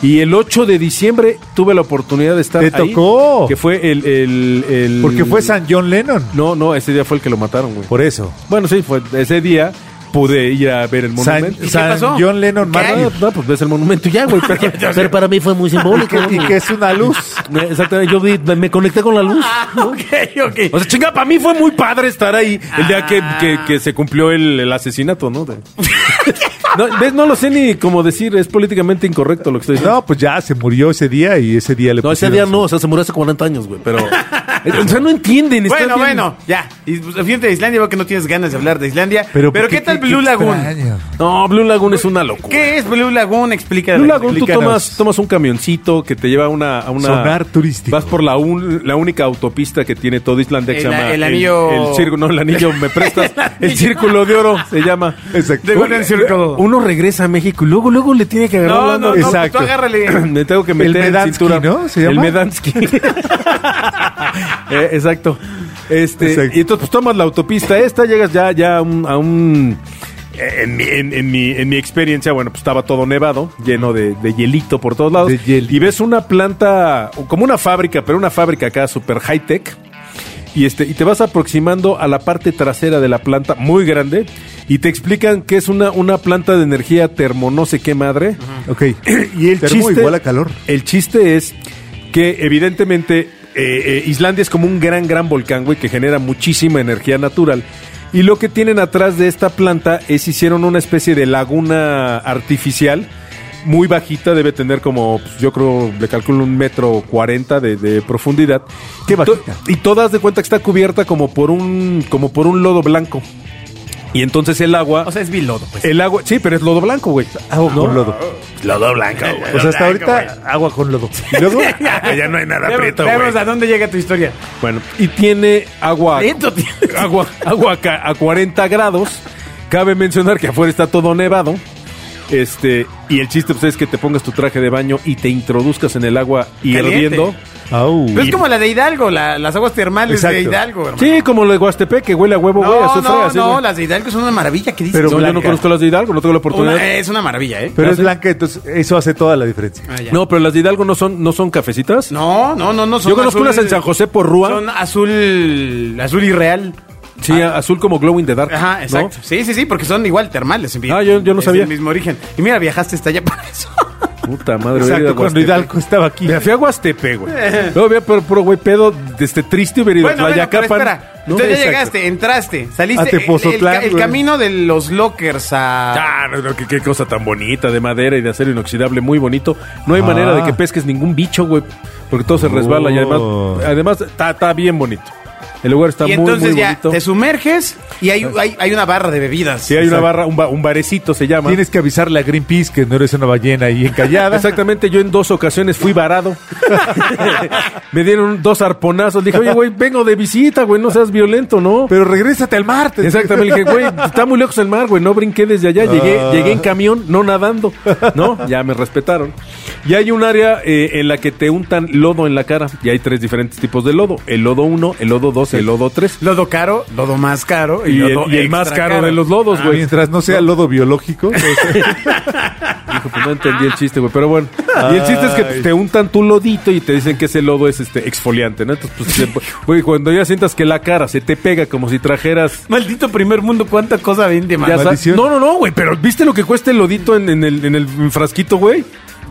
Speaker 4: Y el 8 de diciembre tuve la oportunidad de estar
Speaker 3: ¡Te
Speaker 4: ahí,
Speaker 3: tocó!
Speaker 4: Que fue el, el- el-
Speaker 3: Porque fue San John Lennon.
Speaker 4: No, no, ese día fue el que lo mataron, güey.
Speaker 3: Por eso.
Speaker 4: Bueno, sí, fue ese día. pude ir a ver el
Speaker 3: San-
Speaker 4: monumento.
Speaker 2: qué
Speaker 3: San
Speaker 2: pasó?
Speaker 3: John Lennon
Speaker 2: ¿Qué?
Speaker 3: Mario.
Speaker 5: No, pues ves el monumento y ya,
Speaker 2: (laughs)
Speaker 5: güey. Pero,
Speaker 3: (laughs)
Speaker 5: pero para mí fue muy
Speaker 3: Y
Speaker 5: simbólico.
Speaker 3: que, y que es una
Speaker 4: (laughs)
Speaker 3: luz.
Speaker 5: Exactamente, yo vi- me, me conecté con la luz.
Speaker 2: Ah, ok, (laughs) ok.
Speaker 4: O sea, chinga, para mí fue muy padre estar ahí el día que,
Speaker 2: Ah.
Speaker 4: que- que se cumplió el, el asesinato, ¿no? De- no, ¿ves? No lo sé ni cómo decir, es políticamente incorrecto lo que estoy diciendo.
Speaker 3: No, pues ya se murió ese día y ese día le
Speaker 5: No, ese
Speaker 3: pusieron
Speaker 5: día
Speaker 3: su-
Speaker 5: no, o sea, se murió hace 40 años, güey,
Speaker 3: (laughs)
Speaker 5: pero... O sea, no entienden. están
Speaker 2: Bueno,
Speaker 5: bien-
Speaker 2: bueno, ya. Y pues, fíjate de Islandia, veo que no tienes ganas de hablar de Islandia. Pero,
Speaker 3: ¿por
Speaker 2: ¿qué, tal Blue Lagoon?
Speaker 3: extraño?
Speaker 4: No, Blue Lagoon es una locura.
Speaker 2: ¿Qué es Blue Lagoon? Explica.
Speaker 4: Blue Lagoon, tú
Speaker 3: Explícanos.
Speaker 4: tomas, tomas un camioncito que te lleva a una, a una-
Speaker 3: Sonar turístico.
Speaker 4: Vas por la, un- la única autopista que tiene todo Islandia que
Speaker 2: El-
Speaker 4: se llama.
Speaker 2: el anillo-
Speaker 4: El, círculo, no, el anillo,
Speaker 2: (laughs)
Speaker 4: me prestas. el círculo de oro se llama.
Speaker 3: Exacto.
Speaker 2: The Golden Circle.
Speaker 4: Uno regresa a México y luego, luego le tiene que agarrar.
Speaker 2: No,
Speaker 4: la
Speaker 2: no,
Speaker 4: onda.
Speaker 2: no, pues
Speaker 3: Exacto.
Speaker 2: tú agárrale.
Speaker 4: (clears throat) Me tengo que meter
Speaker 3: El Medansky,
Speaker 4: en cintura.
Speaker 3: ¿no? ¿Se llama?
Speaker 4: El Medansky. (laughs) Eh, exacto. Este,
Speaker 3: Exacto.
Speaker 4: Y entonces pues, tomas la autopista esta, llegas ya, ya a un... a un- eh, en, mi- en- en mi, en mi experiencia, bueno, pues estaba todo nevado, lleno de, de hielito por todos lados.
Speaker 3: De hielito.
Speaker 4: Y ves una planta, como una fábrica, pero una fábrica acá super high-tech. Y, este, y te vas aproximando a la parte trasera de la planta, muy grande, y te explican que es una, una planta de energía termo no sé qué madre.
Speaker 5: (clears throat)
Speaker 3: Ok.
Speaker 4: Y el
Speaker 3: Termo
Speaker 4: chiste,
Speaker 3: igual a calor.
Speaker 4: El chiste es que evidentemente eh, eh, Islandia es como un gran, gran volcán, güey, que genera muchísima energía natural. Y lo que tienen atrás de esta planta es hicieron una especie de laguna artificial. Muy bajita, debe tener como, pues, yo creo, le calculo un metro cuarenta de, de profundidad.
Speaker 3: Qué
Speaker 4: To-
Speaker 3: bajita.
Speaker 4: Y todas de cuenta que está cubierta como por un, como por un lodo blanco. Y entonces el agua.
Speaker 2: O sea, es bilodo, pues.
Speaker 4: el agua, sí, pero es lodo blanco, güey.
Speaker 3: Agua con Ah,
Speaker 4: (laughs)
Speaker 3: lodo.
Speaker 5: Lodo blanco, güey. Ah,
Speaker 3: O sea, hasta ahorita agua con lodo. Y luego,
Speaker 5: Ya no hay
Speaker 3: (laughs)
Speaker 5: nada
Speaker 2: Veamos-
Speaker 5: prieto,
Speaker 2: veamos
Speaker 5: güey.
Speaker 2: a dónde llega tu historia.
Speaker 4: Bueno, y tiene
Speaker 2: (laughs)
Speaker 4: agua.
Speaker 2: Prieto tienes.
Speaker 4: Agua, agua a ca- a 40 grados. Cabe mencionar que afuera está todo nevado. Este, y el chiste pues, es que te pongas tu traje de baño y te introduzcas en el agua
Speaker 2: Caliente.
Speaker 4: hirviendo. Pues,
Speaker 3: au.
Speaker 2: Pero es como la de Hidalgo, la- las aguas termales de
Speaker 3: Exacto.
Speaker 2: Hidalgo, hermano.
Speaker 4: Sí, como lo de Huastepec, que huele a huevo, güey, a
Speaker 2: No,
Speaker 4: azufre,
Speaker 2: no,
Speaker 4: así,
Speaker 2: no,
Speaker 4: güey.
Speaker 2: las de Hidalgo son una maravilla, ¿qué dices?
Speaker 3: Pero
Speaker 4: No, yo no
Speaker 3: blanca.
Speaker 4: conozco las de Hidalgo, no tengo la oportunidad.
Speaker 2: Una- es una maravilla, ¿eh?
Speaker 3: pero es blanca, entonces eso hace toda la diferencia.
Speaker 2: Ah, ya.
Speaker 4: No, pero las de Hidalgo no son, no son cafecitas.
Speaker 2: No, no, no, no. son
Speaker 4: Yo conozco
Speaker 2: azul-
Speaker 4: unas en San José por Rúa.
Speaker 2: Son azul, azul irreal.
Speaker 4: Sí, azul como glow in the dark.
Speaker 2: Ah. Ajá,
Speaker 4: ¿no?
Speaker 2: exacto. Sí, sí, sí, porque son igual termales. en fin.
Speaker 4: Ah, yo- yo no
Speaker 2: Es
Speaker 4: sabía.
Speaker 2: el mismo origen. Y mira, viajaste hasta allá (laughs) para eso.
Speaker 4: Puta madre, hubiera ido a
Speaker 3: Exacto, cuando
Speaker 4: Huastepec.
Speaker 3: Hidalgo estaba aquí.
Speaker 4: Me fui a Huastepec, güey. Luego vi por puro güey pedo, este triste hubiera ido a
Speaker 2: Bueno, bueno, pero
Speaker 4: Tlayacapan.
Speaker 2: espera.
Speaker 4: No,
Speaker 2: Entonces ya
Speaker 4: exacto.
Speaker 2: llegaste, entraste, saliste.
Speaker 3: A
Speaker 2: El- el ca-
Speaker 3: Tepozotlán,
Speaker 2: el,
Speaker 3: güey.
Speaker 2: camino de los lockers a...
Speaker 4: Ah, no, no, qué, qué cosa tan bonita de madera y de acero inoxidable, muy bonito. No hay
Speaker 3: Ah.
Speaker 4: manera de que pesques ningún bicho, güey, porque todo se resbala y además,
Speaker 3: Oh.
Speaker 4: además está, está bien bonito. El lugar está
Speaker 2: y
Speaker 4: muy,
Speaker 2: entonces
Speaker 4: muy
Speaker 2: ya
Speaker 4: bonito.
Speaker 2: te sumerges y hay, hay, hay una barra de bebidas.
Speaker 4: Sí, hay una barra, un, ba- un barecito se llama.
Speaker 3: Tienes que avisarle a Greenpeace que no eres una ballena ahí encallada.
Speaker 4: Exactamente, yo en dos ocasiones
Speaker 2: (laughs)
Speaker 4: fui varado. (laughs) Me dieron dos arponazos. Dije, oye, güey, vengo de visita, güey, no seas violento, ¿no?
Speaker 3: (laughs) Pero regrésate al mar. te-
Speaker 4: Exactamente, dije, güey, está muy lejos el mar, güey, no brinqué desde allá, llegué,
Speaker 3: Ah.
Speaker 4: llegué en camión, no nadando, ¿no? Ya me respetaron. Y hay un área eh, en la que te untan lodo en la cara, y hay tres diferentes tipos de lodo, el lodo 1, el lodo 2, el lodo 3.
Speaker 2: Lodo caro, lodo más caro
Speaker 4: Y, el,
Speaker 2: lodo
Speaker 4: y el
Speaker 2: extra
Speaker 4: más caro de los lodos,
Speaker 3: Ah,
Speaker 4: güey.
Speaker 3: Mientras no sea lodo biológico.
Speaker 4: Hijo, pues no entendí el chiste, güey, pero bueno. Y el chiste es que pues, te untan tu lodito y te dicen que ese lodo es este exfoliante, ¿no? Entonces,
Speaker 3: (laughs)
Speaker 4: pues, se- güey, cuando ya sientas que la cara se te pega como si trajeras
Speaker 2: Maldito primer mundo, cuánta cosa vende, man.
Speaker 4: Ya sabes-
Speaker 3: Maldición.
Speaker 4: No, no, no, güey, pero ¿viste lo que cuesta el lodito en, en el, en el frasquito, güey?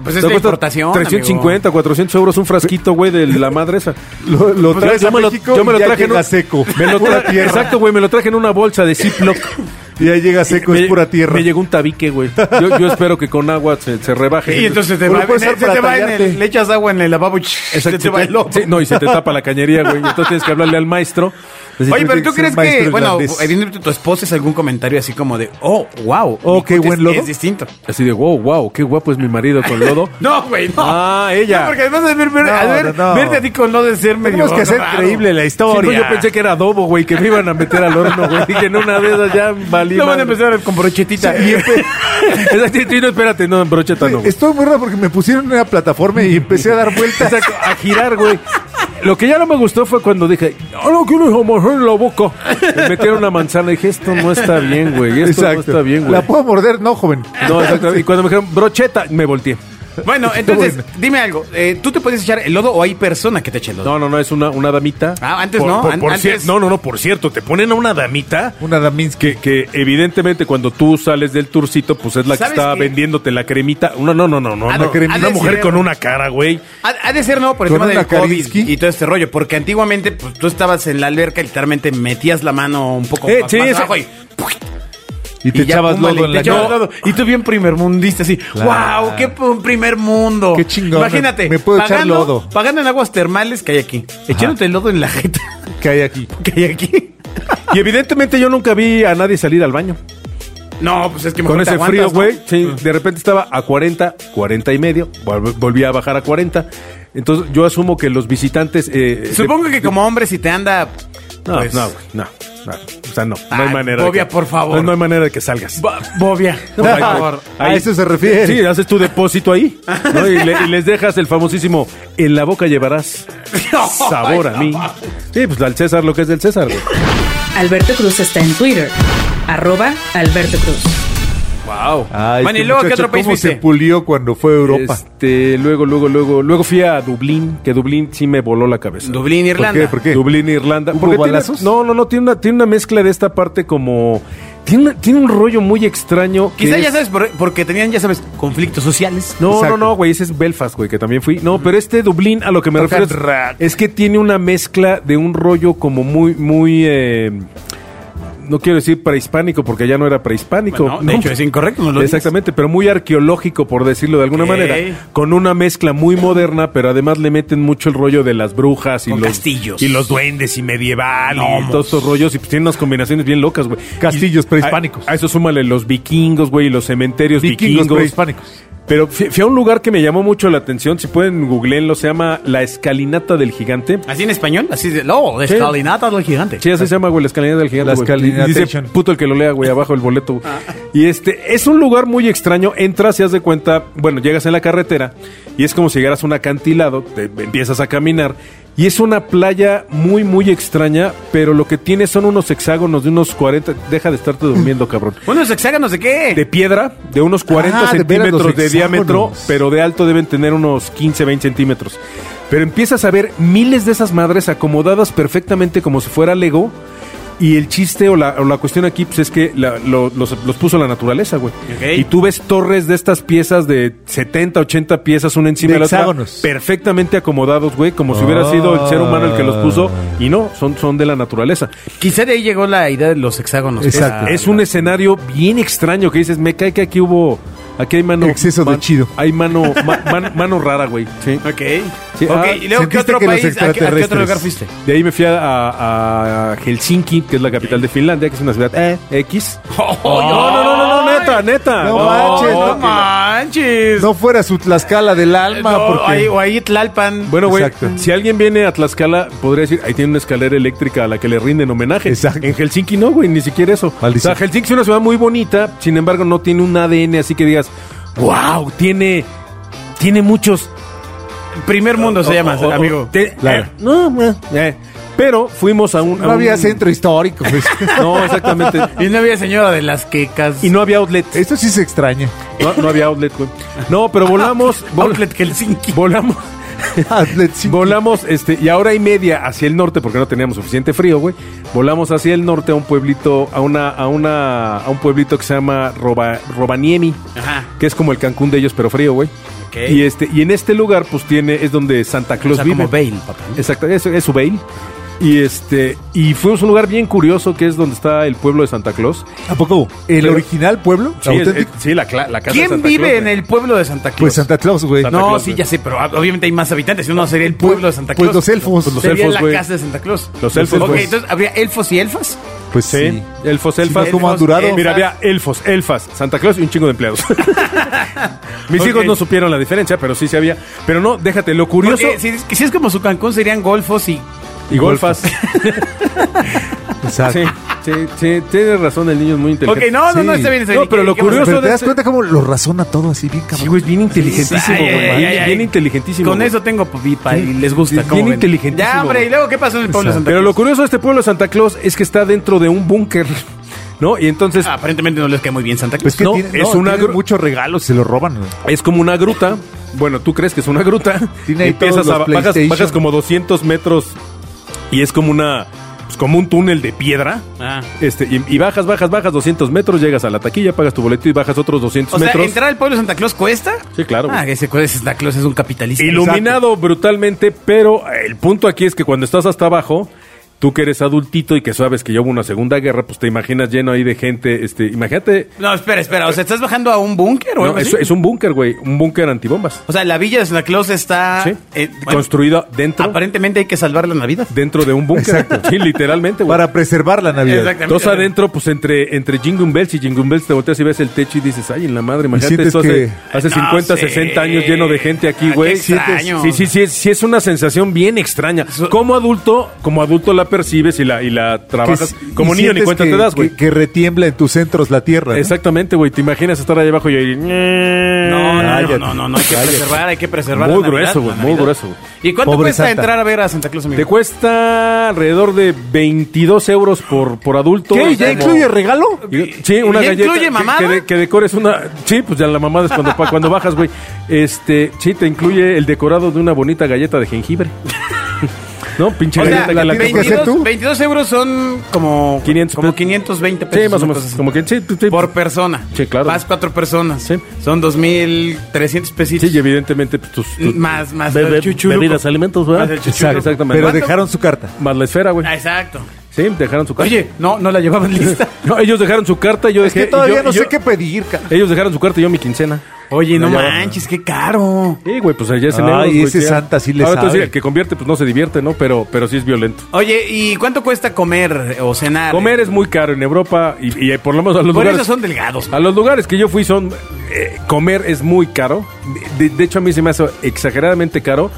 Speaker 2: Pues es
Speaker 4: Te
Speaker 2: de
Speaker 4: cuesta
Speaker 2: importación,
Speaker 4: 350, 400 euros un frasquito, güey, de la madre esa.
Speaker 3: Lo, lo
Speaker 4: Pues,
Speaker 3: traes
Speaker 4: yo
Speaker 3: a
Speaker 4: me lo-
Speaker 3: México
Speaker 4: yo me lo
Speaker 3: y ya
Speaker 4: traje en
Speaker 3: llega (laughs)
Speaker 4: un-
Speaker 3: seco.
Speaker 4: Me lo
Speaker 3: pura
Speaker 4: tra-
Speaker 3: tierra.
Speaker 4: Exacto, güey, me lo traje en una bolsa de Ziploc.
Speaker 3: Y ya llega (laughs) seco,
Speaker 4: Me-
Speaker 3: es pura tierra.
Speaker 4: Me llegó un tabique, güey. Yo, yo espero que con agua se, se
Speaker 2: (laughs)
Speaker 4: rebaje.
Speaker 2: Y entonces te
Speaker 3: Pero
Speaker 2: va,
Speaker 3: puede ser
Speaker 2: se
Speaker 3: para
Speaker 2: te va en
Speaker 3: tallarte.
Speaker 2: el, le echas agua en el lavabo.
Speaker 4: (laughs) Exacto,
Speaker 2: se te va el lodo.
Speaker 4: Sí, no, y se te tapa la cañería, güey. Entonces tienes que hablarle al maestro. Entonces,
Speaker 2: Oye, pero
Speaker 4: tienes
Speaker 2: tú
Speaker 4: ser
Speaker 2: crees
Speaker 4: maestro
Speaker 2: que, bueno,
Speaker 4: irlandés.
Speaker 2: evidentemente tu esposa es algún comentario así como de, oh, wow.
Speaker 3: Oh,
Speaker 2: mi
Speaker 3: qué
Speaker 2: cutis
Speaker 3: buen lodo.
Speaker 2: Es distinto.
Speaker 4: Así de, wow, wow, qué guapo es mi marido con lodo.
Speaker 2: No, güey, (laughs) no.
Speaker 4: Ah, ella.
Speaker 2: No, porque además de ver, ver-
Speaker 3: No,
Speaker 2: al ver-
Speaker 3: no, no.
Speaker 2: verte a ti con lodo de ser medio.
Speaker 3: Tenemos que hacer
Speaker 2: raro.
Speaker 3: creíble la historia.
Speaker 4: Sí, no, yo pensé que era adobo, güey, que me iban a meter al horno, güey, y que en una de esas ya valí.
Speaker 2: No van a
Speaker 4: madre. este,
Speaker 2: empezar con brochetita.
Speaker 3: Y empe-
Speaker 4: Exacto, y no, espérate, no, en brocheta no. güey.
Speaker 3: Estoy muy raro porque me pusieron en una plataforma y empecé a dar (laughs) vueltas.
Speaker 4: Exacto, a girar, güey. Lo que ya no me gustó fue cuando dije, algo que uno mojar en la boca. Me metieron una manzana y dije, esto no está bien, güey, esto no está bien, güey.
Speaker 3: La puedo morder, no, joven. (laughs)
Speaker 4: No, exacto. Y cuando me dijeron brocheta, me volteé.
Speaker 2: Bueno, entonces, dime algo. eh, ¿Tú te puedes echar el lodo o hay persona que te eche el lodo?
Speaker 5: No, no, no, es una, una damita.
Speaker 2: Ah, antes
Speaker 4: Por-
Speaker 2: no.
Speaker 4: por-
Speaker 2: an-
Speaker 4: por
Speaker 2: antes-
Speaker 4: cier- No, no, no, por cierto, te ponen a una damita
Speaker 3: Una Daminsky.
Speaker 4: que, que evidentemente cuando tú sales del turcito, pues es la que
Speaker 2: ¿Sabes
Speaker 4: está
Speaker 2: qué?
Speaker 4: vendiéndote la cremita. No, no, no, no, no.
Speaker 2: Ah,
Speaker 4: no.
Speaker 2: no,
Speaker 4: crema.
Speaker 2: ha de
Speaker 4: una mujer
Speaker 2: ser-
Speaker 4: con una cara, güey.
Speaker 2: Ha, ha de ser, ¿no? Por el
Speaker 3: ¿Con
Speaker 2: tema
Speaker 3: una
Speaker 2: del COVID
Speaker 3: Karinsky?
Speaker 2: y todo este rollo. Porque antiguamente pues, tú estabas en la alberca y literalmente metías la mano un poco
Speaker 4: Eh,
Speaker 2: más,
Speaker 4: sí,
Speaker 2: más
Speaker 4: eso-
Speaker 2: abajo y
Speaker 3: Y te
Speaker 2: Y ya,
Speaker 3: echabas
Speaker 2: púmbale,
Speaker 3: lodo en
Speaker 2: te
Speaker 3: la
Speaker 2: echabas
Speaker 3: cara.
Speaker 2: lodo. Y tú bien primer mundista, así.
Speaker 3: Claro.
Speaker 2: ¡Wow! ¡Qué p- un primer mundo!
Speaker 3: Qué chingón,
Speaker 2: Imagínate.
Speaker 3: me- me puedo echar
Speaker 2: pagando-
Speaker 3: lodo.
Speaker 2: Pagando en aguas termales que hay aquí. Echándote el lodo en la
Speaker 3: (laughs)
Speaker 2: jeta
Speaker 3: que
Speaker 2: (laughs)
Speaker 3: hay aquí.
Speaker 2: que hay aquí.
Speaker 4: Y evidentemente yo nunca vi a nadie salir al baño.
Speaker 2: No, pues es que mejor
Speaker 4: Con
Speaker 2: te
Speaker 4: ese
Speaker 2: aguantas,
Speaker 4: frío,
Speaker 2: ¿no? Mm.
Speaker 4: güey. sí, de repente estaba a 40, 40 y medio. vol- Volví a bajar a 40. Entonces yo asumo que los visitantes... eh,
Speaker 2: Supongo
Speaker 4: de-
Speaker 2: que como hombre si te anda...
Speaker 4: No,
Speaker 2: pues,
Speaker 4: no, güey, no, no. O sea, no. No
Speaker 2: Ay,
Speaker 4: hay manera. de
Speaker 2: Bobia,
Speaker 4: que-
Speaker 2: por favor.
Speaker 4: No, no hay manera de que salgas.
Speaker 2: bo-
Speaker 3: (laughs)
Speaker 2: Bobia.
Speaker 4: No,
Speaker 2: Por
Speaker 4: ahí-
Speaker 2: favor.
Speaker 3: A eso se refiere.
Speaker 4: Sí, haces tu depósito ahí. ¿no? Y, le- y les dejas el famosísimo en la boca llevarás sabor a mí. Sí, pues al César lo que es del César, güey.
Speaker 1: Alberto Cruz está en Twitter. Arroba Alberto Cruz.
Speaker 2: Wow.
Speaker 3: Ay,
Speaker 2: bueno, y
Speaker 3: este
Speaker 2: luego, ¿qué
Speaker 3: muchacho,
Speaker 2: otro país
Speaker 3: ¿Cómo
Speaker 2: viste?
Speaker 3: se pulió cuando fue a Europa?
Speaker 4: Este, luego, luego, luego, luego fui a Dublín, que Dublín sí me voló la cabeza.
Speaker 2: Dublín,
Speaker 3: ¿Por
Speaker 2: Irlanda.
Speaker 3: qué? ¿Por qué?
Speaker 4: Dublín, Irlanda.
Speaker 3: ¿Hubo
Speaker 4: Porque tiene-
Speaker 3: balazos?
Speaker 4: no, no, no, tiene una, tiene una mezcla de esta parte como... Tiene, una- tiene un rollo muy extraño. que
Speaker 2: Quizá
Speaker 4: es-
Speaker 2: ya sabes, por- porque tenían, ya sabes, conflictos sociales.
Speaker 4: No,
Speaker 3: Exacto.
Speaker 4: no, no, güey, ese es Belfast, güey, que también fui. No, pero este Dublín, a lo que me
Speaker 3: Tocan
Speaker 4: refiero es-
Speaker 3: rap.
Speaker 4: es, que tiene una mezcla de un rollo como muy, muy... eh, no quiero decir prehispánico, porque ya no era prehispánico.
Speaker 2: Bueno, de hecho, es incorrecto, no lo digas.
Speaker 4: Exactamente, pero muy arqueológico, por decirlo de alguna
Speaker 2: Ok.
Speaker 4: manera. Con una mezcla muy moderna, pero además le meten mucho el rollo de las brujas y
Speaker 2: Con
Speaker 4: los...
Speaker 2: castillos.
Speaker 4: Y los duendes y medieval
Speaker 2: Gnomos.
Speaker 4: y todos estos rollos. Y pues tienen unas combinaciones bien locas, güey.
Speaker 3: Castillos
Speaker 4: Y-
Speaker 3: prehispánicos.
Speaker 4: A, a eso súmale los vikingos, güey, y los cementerios
Speaker 3: Vikingos,
Speaker 4: vikingos.
Speaker 3: prehispánicos.
Speaker 4: Pero fui, fui a un lugar que me llamó mucho la atención. Si pueden googleenlo, se llama La Escalinata del Gigante.
Speaker 2: ¿Así en español? Así de... No, de
Speaker 4: Sí.
Speaker 2: escalinata del gigante.
Speaker 4: Sí, así se llama, güey, la escalinata del gigante.
Speaker 3: La
Speaker 4: güey.
Speaker 3: Escalinata.
Speaker 4: Y Dice, puto el que lo lea, güey, abajo el boleto. güey. Y este, es un lugar muy extraño. Entras y haz de cuenta, bueno, llegas en la carretera y es como si llegaras a un acantilado, te- empiezas a caminar. Y es una playa muy, muy extraña, pero lo que tiene son unos hexágonos de unos 40. Deja de estarte durmiendo, cabrón.
Speaker 2: Unos hexágonos de qué?
Speaker 4: de piedra de unos 40
Speaker 3: Ah, de veras,
Speaker 4: centímetros
Speaker 3: los
Speaker 4: de diámetro,
Speaker 3: hexágonos.
Speaker 4: pero de alto deben tener unos 15, 20 centímetros. Pero empiezas a ver miles de esas madres acomodadas perfectamente como si fuera Lego. Y el chiste o la, o la cuestión aquí pues, es que la- lo- los, los puso la naturaleza, güey.
Speaker 2: Ok.
Speaker 4: Y tú ves torres de estas piezas de 70, 80 piezas una
Speaker 3: De
Speaker 4: encima de la otra.
Speaker 3: hexágonos.
Speaker 4: Perfectamente acomodados, güey, como si hubiera sido el ser humano el que los puso. Y no, son, son de la naturaleza.
Speaker 2: Quizá de ahí llegó la idea de los hexágonos.
Speaker 3: Exacto.
Speaker 2: Ah,
Speaker 4: Es un escenario bien extraño que dices, me cae que aquí hubo... Aquí hay mano...
Speaker 3: Exceso de
Speaker 4: man-
Speaker 3: chido.
Speaker 4: Hay mano, ma- man- mano rara, güey. (laughs) Sí.
Speaker 2: Ok.
Speaker 4: Sí,
Speaker 2: ok,
Speaker 4: ah,
Speaker 2: y luego, ¿qué
Speaker 3: sentiste
Speaker 2: otro
Speaker 3: que los
Speaker 2: país? ¿A qué- ¿A qué, otro
Speaker 3: extraterrestres.
Speaker 2: lugar fuiste? (laughs)
Speaker 4: De ahí me fui a, a- a Helsinki, que es la capital de Finlandia, que es una ciudad eh, X.
Speaker 2: Oh,
Speaker 4: Oh, no, no, no, no, no, neta, neta.
Speaker 3: No manches,
Speaker 2: No
Speaker 3: no
Speaker 2: manches.
Speaker 3: No fuera su Tlaxcala del alma,
Speaker 2: No,
Speaker 3: porque...
Speaker 2: ahí- o ahí Tlalpan.
Speaker 4: Bueno, güey,
Speaker 3: Exacto.
Speaker 4: si alguien viene a Tlaxcala, podría decir, ahí tiene una escalera eléctrica a la que le rinden homenaje.
Speaker 3: Exacto.
Speaker 4: En Helsinki no, güey, ni siquiera eso.
Speaker 3: Maldición.
Speaker 4: O sea, Helsinki es una ciudad muy bonita, sin embargo, no tiene un ADN así que digas, wow, tiene, tiene muchos
Speaker 2: Primer mundo se llama, amigo.
Speaker 4: Te-
Speaker 3: Claro.
Speaker 4: eh, no, eh, eh. Pero fuimos a un. a
Speaker 3: No había
Speaker 4: un-
Speaker 3: centro histórico. pues.
Speaker 4: (laughs) No, exactamente.
Speaker 2: Y no había señora de las quecas.
Speaker 4: Y no había outlet.
Speaker 3: Esto sí se
Speaker 4: (laughs)
Speaker 3: extraña.
Speaker 4: No, no había outlet, güey. No, pero (laughs) volamos. vol-
Speaker 2: Outlet Helsinki.
Speaker 4: volamos. Ah,
Speaker 3: Atlet, sí.
Speaker 4: Volamos, este, y ahora y media hacia el norte, porque no teníamos suficiente frío, güey. Volamos hacia el norte a un pueblito, a una, a una, a un pueblito que se llama Roba- Robaniemi,
Speaker 2: Ajá.
Speaker 4: que es como el Cancún de ellos, pero frío, güey.
Speaker 2: Ok.
Speaker 4: Y este, y en este lugar, pues tiene, es donde Santa Claus
Speaker 2: O sea,
Speaker 4: vive.
Speaker 2: como Bale, papá.
Speaker 4: Exacto, es, es su bail. Y este, y fuimos a un lugar bien curioso que es donde está el pueblo de Santa Claus.
Speaker 3: ¿A poco? ¿El
Speaker 4: Pero-
Speaker 3: original pueblo?
Speaker 4: Sí, es-
Speaker 3: ¿Auténtico?
Speaker 4: es- sí, la, cla- la casa de
Speaker 2: ¿Quién
Speaker 4: Santa
Speaker 2: vive
Speaker 4: Claus,
Speaker 2: en
Speaker 4: güey.
Speaker 2: el pueblo de eh? Santa eh. Claus?
Speaker 3: pues Santa Claus, güey.
Speaker 4: Santa
Speaker 2: no,
Speaker 4: Claus,
Speaker 2: sí,
Speaker 4: güey.
Speaker 2: ya sé, pero ob- obviamente hay más habitantes. Si no, sería el pueblo de Santa
Speaker 3: Pues
Speaker 2: Claus.
Speaker 3: los elfos.
Speaker 4: Pues los
Speaker 2: Sería
Speaker 4: elfos,
Speaker 2: la
Speaker 4: güey.
Speaker 2: casa de Santa Claus.
Speaker 4: Los elfos,
Speaker 2: Ok,
Speaker 4: güey.
Speaker 2: entonces habría elfos y elfas.
Speaker 3: Pues
Speaker 4: Sí,
Speaker 3: sí.
Speaker 4: elfos, elfas.
Speaker 3: ¿ves cómo han
Speaker 2: Elfos,
Speaker 3: durado?
Speaker 2: elfas.
Speaker 4: Mira, había elfos, elfas, Santa Claus y un chingo
Speaker 2: (laughs)
Speaker 4: de empleados. Mis
Speaker 2: Ok.
Speaker 4: hijos no supieron la diferencia, pero sí se había. Pero no, déjate, lo curioso.
Speaker 2: Porque si, si es como su Cancún, serían golfos y (laughs)
Speaker 4: Y golfas.
Speaker 3: Exacto.
Speaker 4: sí, sí, sí, tienes razón, el niño es muy
Speaker 2: Ok,
Speaker 4: inteligente.
Speaker 2: no, no, no,
Speaker 3: Sí.
Speaker 2: está bien, está
Speaker 4: No,
Speaker 2: bien.
Speaker 4: pero lo
Speaker 2: ¿Qué- qué más?
Speaker 4: curioso
Speaker 3: Pero
Speaker 4: de
Speaker 3: te das
Speaker 4: este-
Speaker 3: cuenta cómo lo razona todo así bien cabrón.
Speaker 4: Sí, güey, es bien inteligentísimo,
Speaker 2: Ay, ay,
Speaker 4: güey.
Speaker 2: ay, ay,
Speaker 4: Bien
Speaker 2: ay.
Speaker 4: inteligentísimo.
Speaker 2: Con
Speaker 4: güey.
Speaker 2: eso tengo pipa y les gusta.
Speaker 4: bien
Speaker 2: ¿cómo ven?
Speaker 4: inteligentísimo,
Speaker 2: Ya, hombre,
Speaker 4: güey.
Speaker 2: ¿y luego qué pasó en el pueblo de Santa
Speaker 4: Pero lo
Speaker 2: Cruz?
Speaker 4: curioso de este pueblo de Santa Claus es que está dentro de un búnker, (laughs) ¿no? Y entonces
Speaker 2: Ah, Aparentemente no les cae muy bien Santa Cruz.
Speaker 3: Pues que
Speaker 4: No,
Speaker 3: tiene,
Speaker 4: es
Speaker 3: es
Speaker 4: una
Speaker 3: una
Speaker 4: gru-
Speaker 3: muchos regalos y se lo roban. güey.
Speaker 4: es como una gruta bueno, tú crees que es una gruta.
Speaker 3: (laughs) Tiene ahí
Speaker 4: Empiezas
Speaker 3: todos los
Speaker 4: a- bajas,
Speaker 3: PlayStation.
Speaker 4: bajas como 200 metros y es como una pues, como un túnel de piedra.
Speaker 2: Ah.
Speaker 4: Este, y, y bajas, bajas, bajas 200 metros, llegas a la taquilla, pagas tu boleto y bajas otros 200
Speaker 2: O sea,
Speaker 4: metros.
Speaker 2: ¿entrar al pueblo de Santa Claus cuesta?
Speaker 4: Sí, claro, güey.
Speaker 2: Ah, ese cuál es Santa Claus es un capitalista.
Speaker 4: Iluminado brutalmente, pero el punto aquí es que cuando estás hasta abajo, tú que eres adultito y que sabes que ya hubo una segunda guerra, pues te imaginas lleno ahí de gente, este, imagínate,
Speaker 2: No, espera, espera. O sea, ¿estás bajando a un búnker o
Speaker 4: no,
Speaker 2: algo
Speaker 4: es,
Speaker 2: así?
Speaker 4: es un búnker, güey, un búnker antibombas.
Speaker 2: O sea, la villa de Santa Claus está...
Speaker 4: Sí.
Speaker 2: eh, bueno,
Speaker 4: Construido dentro
Speaker 2: aparentemente hay que salvar la Navidad.
Speaker 4: dentro de un búnker. (laughs) Sí, literalmente, güey.
Speaker 3: Para preservar la Navidad.
Speaker 2: Exactamente.
Speaker 4: Entonces adentro, pues entre, entre Jingle Bells y Jingle Bells te volteas y ves el techo y dices, ay, en la madre, imagínate
Speaker 3: sientes
Speaker 4: esto hace,
Speaker 3: que-
Speaker 4: hace
Speaker 2: No
Speaker 4: 50,
Speaker 2: sé.
Speaker 4: 60 años lleno de gente
Speaker 2: Ah,
Speaker 4: aquí,
Speaker 2: qué
Speaker 4: güey.
Speaker 2: extraño.
Speaker 4: Sí, sí, sí, es- sí, es una sensación bien extraña.
Speaker 2: So-
Speaker 4: Como adulto, como adulto la percibes y la, y la
Speaker 3: Que
Speaker 4: trabajas.
Speaker 3: si-
Speaker 4: como
Speaker 3: y
Speaker 4: niño ni
Speaker 3: sientes
Speaker 4: cuenta
Speaker 3: que,
Speaker 4: te das, güey.
Speaker 3: Que, que retiembla en tus centros la tierra. ¿no?
Speaker 4: Exactamente, güey. Te imaginas estar ahí abajo y ahí.
Speaker 2: No, no, no,
Speaker 3: Cállate.
Speaker 2: no, no, no, hay que preservar, hay que preservar.
Speaker 4: Eh, Muy
Speaker 2: la Navidad,
Speaker 4: grueso, güey,
Speaker 2: la
Speaker 4: muy
Speaker 2: Navidad.
Speaker 4: grueso, güey.
Speaker 2: ¿Y cuánto
Speaker 3: Pobre
Speaker 2: cuesta
Speaker 3: Santa.
Speaker 2: entrar a ver a Santa Claus, amigo?
Speaker 4: Te cuesta alrededor de 22 euros por, por adulto.
Speaker 6: ¿Qué? ¿Ya
Speaker 4: Como-
Speaker 6: incluye regalo?
Speaker 4: Y- Sí, una
Speaker 2: ¿Ya
Speaker 4: galleta.
Speaker 2: incluye
Speaker 4: que-
Speaker 2: mamada?
Speaker 4: Que, de- que decores una. Sí, pues ya la mamada es cuando, pa- cuando bajas, güey. Este, sí, te incluye el decorado de una bonita galleta de jengibre. (laughs) no, pinche
Speaker 2: O sea,
Speaker 4: galleta que la
Speaker 3: tienes que
Speaker 2: 22,
Speaker 3: hacer tú.
Speaker 2: 22 euros son como,
Speaker 4: 500
Speaker 2: como
Speaker 4: pesos.
Speaker 2: 520 pesos.
Speaker 4: Sí, más o
Speaker 2: una
Speaker 4: menos.
Speaker 2: cosa así.
Speaker 4: Como que sí, tú- sí.
Speaker 2: Por persona.
Speaker 4: Sí, claro.
Speaker 2: Más cuatro personas.
Speaker 4: Sí.
Speaker 2: Son 2.300 pesitos.
Speaker 4: Sí, y evidentemente, pues, tus, tus-
Speaker 2: más, más
Speaker 5: Bebe-
Speaker 2: el chuchuluco.
Speaker 5: bebidas, alimentos, ¿verdad?
Speaker 2: Más el chuchuluco.
Speaker 4: Exacto, exactamente.
Speaker 3: Pero
Speaker 4: Más-
Speaker 3: dejaron su carta.
Speaker 4: Más la esfera, güey.
Speaker 2: Ah, exacto.
Speaker 4: Sí, dejaron su carta.
Speaker 2: Oye, no, no la llevaban lista.
Speaker 4: (laughs) No, ellos dejaron su carta, yo
Speaker 6: Es
Speaker 4: dejé.
Speaker 6: que todavía
Speaker 4: yo-
Speaker 6: no
Speaker 4: yo-
Speaker 6: sé qué pedir, ca-
Speaker 3: Eh,
Speaker 4: Ellos dejaron su carta y yo mi quincena.
Speaker 2: Oye, no,
Speaker 4: La llevaban.
Speaker 2: manches, qué caro.
Speaker 4: Sí, güey, pues allá es en
Speaker 3: Ay,
Speaker 4: euros, güey,
Speaker 3: ese
Speaker 4: ya.
Speaker 3: Santa sí le
Speaker 4: Ahora, entonces,
Speaker 3: sabe.
Speaker 4: el que convierte, pues no se divierte, ¿no? Pero, pero sí es violento.
Speaker 2: Oye, ¿y cuánto cuesta comer o cenar?
Speaker 4: Comer es muy caro en Europa y, y por lo menos a los
Speaker 2: Por
Speaker 4: lugares. Ah,
Speaker 2: eso son delgados.
Speaker 4: A los lugares que yo fui son... eh, comer es muy caro. De, de hecho, a mí se me hace exageradamente caro.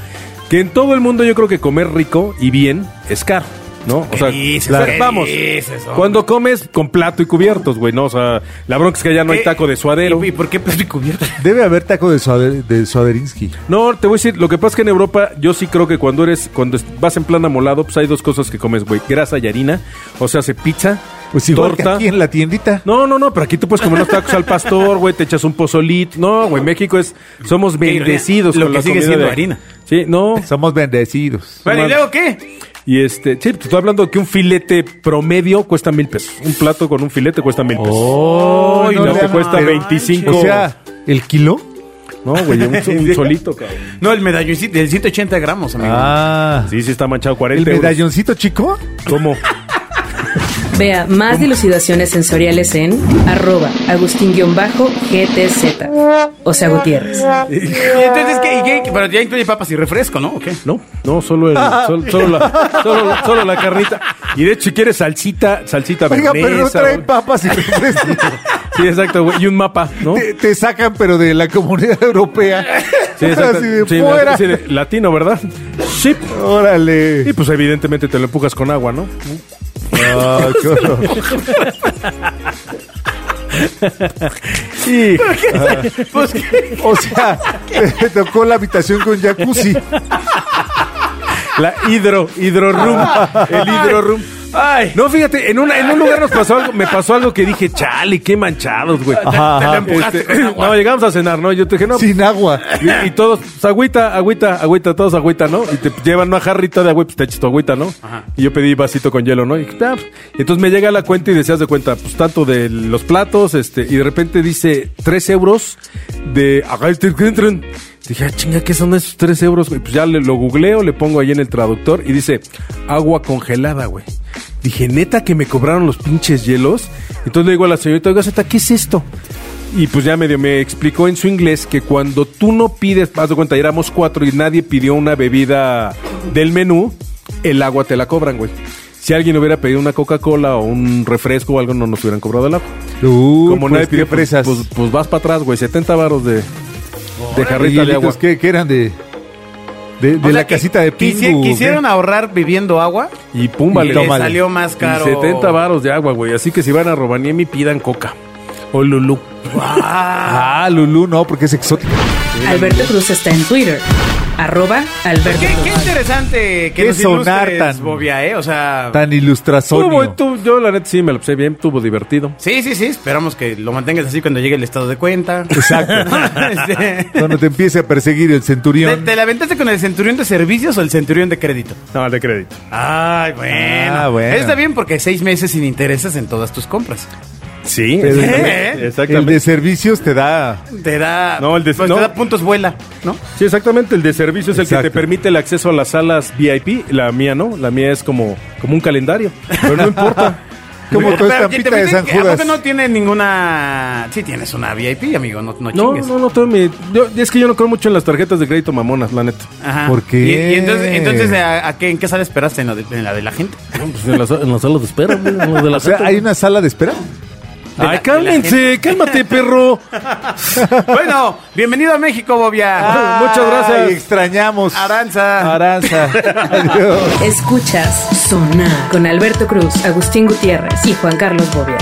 Speaker 4: Que en todo el mundo yo creo que comer rico y bien es caro, ¿no? O
Speaker 2: ¿Qué dices? ¿Qué
Speaker 4: vamos.
Speaker 2: dices, hombre?
Speaker 4: cuando comes con plato y cubiertos, güey, ¿no? O sea, la bronca es que allá no hay
Speaker 2: ¿Qué?
Speaker 4: taco de suadero.
Speaker 2: ¿Y, y por qué plato y cubierta?
Speaker 3: Debe haber taco de, suade- de Suaderinsky.
Speaker 4: No, te voy a decir, lo que pasa es que en Europa yo sí creo que cuando eres, cuando es- vas en plan amolado, pues hay dos cosas que comes, güey, grasa y harina, o sea, se pizza,
Speaker 3: Pues igual que aquí en la tiendita.
Speaker 4: No, no, no, pero aquí tú puedes comer unos tacos al pastor, güey, te echas un pozolito. No, güey, México es. Somos
Speaker 2: ironía.
Speaker 4: bendecidos
Speaker 2: Lo
Speaker 4: con
Speaker 2: que
Speaker 4: la
Speaker 2: sigue
Speaker 4: comida
Speaker 2: siendo
Speaker 4: de-
Speaker 2: harina.
Speaker 4: Sí, no.
Speaker 3: Somos bendecidos.
Speaker 2: Bueno, ¿y
Speaker 4: Tomar-
Speaker 2: luego qué?
Speaker 4: Y este, sí, te estoy hablando que un filete promedio cuesta mil pesos. Un plato con un filete cuesta mil pesos.
Speaker 3: Oh,
Speaker 4: y no, te cuesta 25.
Speaker 3: O sea, ¿el kilo?
Speaker 4: No, güey, un,
Speaker 3: (laughs)
Speaker 4: un solito, cabrón.
Speaker 2: No, el medalloncito del 180 gramos, amigo.
Speaker 3: Ah.
Speaker 4: Sí, sí, está manchado
Speaker 3: ¿El
Speaker 4: 40 euros.
Speaker 3: medalloncito chico?
Speaker 4: ¿Cómo?
Speaker 1: Vea más dilucidaciones sensoriales en arroba agustín-gtz. O sea, Gutiérrez.
Speaker 2: (laughs) Y entonces, ¿qué? ¿Y qué? Pero ya incluye papas y refresco, ¿no? ¿O qué?
Speaker 4: No, no, solo, el, sol- solo, la, solo, solo la carnita. Y de hecho, si quieres salsita, salsita
Speaker 3: Oiga, pero no
Speaker 4: bernesa,
Speaker 3: traen
Speaker 4: güey.
Speaker 3: papas y refresco.
Speaker 4: (laughs) Sí, exacto, güey. Y un mapa, ¿no?
Speaker 3: te, te sacan, pero de la comunidad europea.
Speaker 4: Sí, exacto.
Speaker 3: Así de
Speaker 4: Sí, la-
Speaker 3: fuera.
Speaker 4: sí, de- latino, ¿verdad? Sí.
Speaker 3: Órale.
Speaker 4: Y pues evidentemente te lo empujas con agua, ¿no?
Speaker 3: Ah, qué horror.
Speaker 4: Sí.
Speaker 2: Pues, ¿qué?
Speaker 3: O sea, (laughs) te tocó la habitación con jacuzzi.
Speaker 4: La hidro, hidroroom. El hidroroom.
Speaker 2: Ay.
Speaker 4: No, fíjate, en, una, en un lugar nos pasó algo, me pasó algo que dije, chale, qué manchados, güey.
Speaker 3: Ajá, ajá.
Speaker 2: empujaste
Speaker 4: Este,
Speaker 2: con agua.
Speaker 4: no, llegamos a cenar, ¿no? Yo te dije,
Speaker 2: (laughs)
Speaker 4: no.
Speaker 3: Sin agua.
Speaker 4: Y, y todos, pues, agüita, agüita, agüita, todos agüita, ¿no? Y te llevan una jarrita de agua, y, pues te echas tu agüita, ¿no? Y yo pedí vasito con hielo, ¿no? Y, dije, ah, pues. Y entonces me llega la cuenta y decías de cuenta, pues tanto de los platos, este, y de repente dice 3 euros de Agaitecentren. Dije, ah, chinga, ¿qué son esos 3 euros? güey? Pues ya le- lo googleo, le pongo ahí en el traductor y dice, agua congelada, güey. Dije, neta que me cobraron los pinches hielos. Entonces le digo a la señorita, oiga, Zeta, ¿qué es esto? Y pues ya medio me explicó en su inglés que cuando tú no pides, haz de cuenta, ya éramos cuatro y nadie pidió una bebida del menú, el agua te la cobran, güey. Si alguien hubiera pedido una Coca-Cola o un refresco o algo, no nos hubieran cobrado el agua.
Speaker 3: Uy,
Speaker 4: Como
Speaker 3: pues,
Speaker 4: nadie
Speaker 3: qué
Speaker 4: pidió, pues,
Speaker 3: fresas.
Speaker 4: pues, pues vas para atrás, güey. 70 varos de, de jarrita de
Speaker 3: Hielitos,
Speaker 4: agua.
Speaker 3: ¿qué, qué eran de, de, de
Speaker 2: O sea,
Speaker 3: la
Speaker 2: que
Speaker 3: casita de
Speaker 2: quisi-
Speaker 3: Pingu? ¿eh? o qué? (laughs)
Speaker 2: quisieron ahorrar bebiendo agua.
Speaker 4: Y pum,
Speaker 2: Y
Speaker 4: vale.
Speaker 2: le salió más
Speaker 4: Y
Speaker 2: caro.
Speaker 4: 70 varos de agua, güey. Así que si van a Robaniemi, pidan coca. O Lulú.
Speaker 3: Ah, Lulú, no, porque es exótico.
Speaker 1: Alberto Cruz está en Twitter. Arroba Alberto
Speaker 2: Qué, qué
Speaker 1: Cruz.
Speaker 2: interesante que
Speaker 3: Qué
Speaker 2: nos
Speaker 3: sonar
Speaker 2: ilustres,
Speaker 3: tan-
Speaker 2: Bobia, ¿eh? O sea...
Speaker 3: Tan
Speaker 4: Tuvo-
Speaker 3: ilustrazonio.
Speaker 4: tu- yo la neta sí me lo pasé bien, tuvo divertido.
Speaker 2: Sí, sí, sí. Esperamos que lo mantengas así cuando llegue el estado de cuenta. (laughs)
Speaker 3: Exacto.
Speaker 2: Este,
Speaker 3: Cuando te empiece a perseguir el
Speaker 2: ¿Te,
Speaker 3: centurión.
Speaker 2: te la aventaste con el centurión de servicios o el centurión de crédito?
Speaker 4: No, de crédito.
Speaker 2: Ay, bueno.
Speaker 3: Ah, bueno.
Speaker 2: Está bien porque seis meses sin intereses en todas tus compras.
Speaker 4: Sí,
Speaker 3: Pero-
Speaker 4: exactamente.
Speaker 3: ¿Eh? El
Speaker 4: exactamente.
Speaker 3: de servicios te da.
Speaker 2: Te da.
Speaker 4: No, el de-
Speaker 2: pues
Speaker 4: no.
Speaker 2: te da puntos vuela, ¿no?
Speaker 4: Sí, exactamente. El de servicio es el que
Speaker 3: Exacto.
Speaker 4: te permite el acceso a las salas VIP. La mía no, la mía es como, como un calendario. Pero no
Speaker 2: (laughs)
Speaker 4: importa.
Speaker 3: Como tu
Speaker 2: Pero,
Speaker 3: estampita
Speaker 2: ¿te
Speaker 3: de
Speaker 2: fijas
Speaker 3: San
Speaker 2: que a
Speaker 3: Judas.
Speaker 2: poco no tienes ninguna. Sí, tienes una VIP, amigo, no, no
Speaker 4: No,
Speaker 2: chingues.
Speaker 4: no, no, todo mi- yo- es que yo no creo mucho en las tarjetas de crédito mamonas, la neta.
Speaker 2: Ajá.
Speaker 3: ¿Por qué?
Speaker 2: ¿Y, y entonces, entonces ¿a, a qué, en qué sala esperaste? ¿En la de, en la, de la gente?
Speaker 5: No, pues en la, sa- en la sala de espera, güey, en la de la
Speaker 3: O sea,
Speaker 5: gente.
Speaker 3: hay una sala de espera.
Speaker 4: Ay,
Speaker 2: la- de
Speaker 4: cálmense, cálmate, perro.
Speaker 2: bueno, bienvenido a México, Bobia.
Speaker 4: Ah, muchas gracias.
Speaker 3: Ay, extrañamos.
Speaker 2: Aranza.
Speaker 3: Aranza.
Speaker 4: (laughs)
Speaker 3: Adiós.
Speaker 1: Escuchas Sonar con Alberto Cruz, Agustín Gutiérrez y Juan Carlos Bobia.